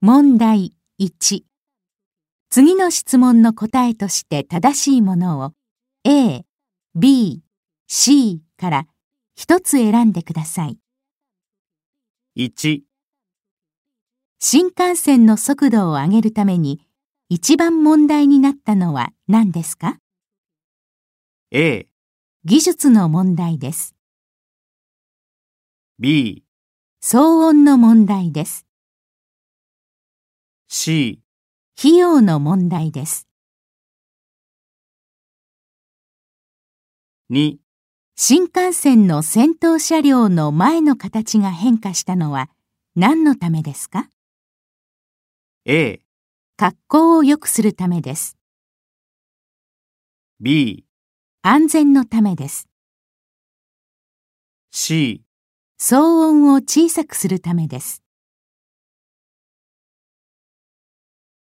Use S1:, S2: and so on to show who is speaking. S1: 問題1次の質問の答えとして正しいものを A、B、C から一つ選んでください。
S2: 1、
S1: 新幹線の速度を上げるために一番問題になったのは何ですか
S2: A、
S1: 技術の問題です。
S2: B、
S1: 騒音の問題です。
S2: C、
S1: 費用の問題です。
S2: 2、
S1: 新幹線の先頭車両の前の形が変化したのは何のためですか
S2: A、
S1: 格好を良くするためです。
S2: B、
S1: 安全のためです。
S2: C。
S1: 騒音を小さくするためです。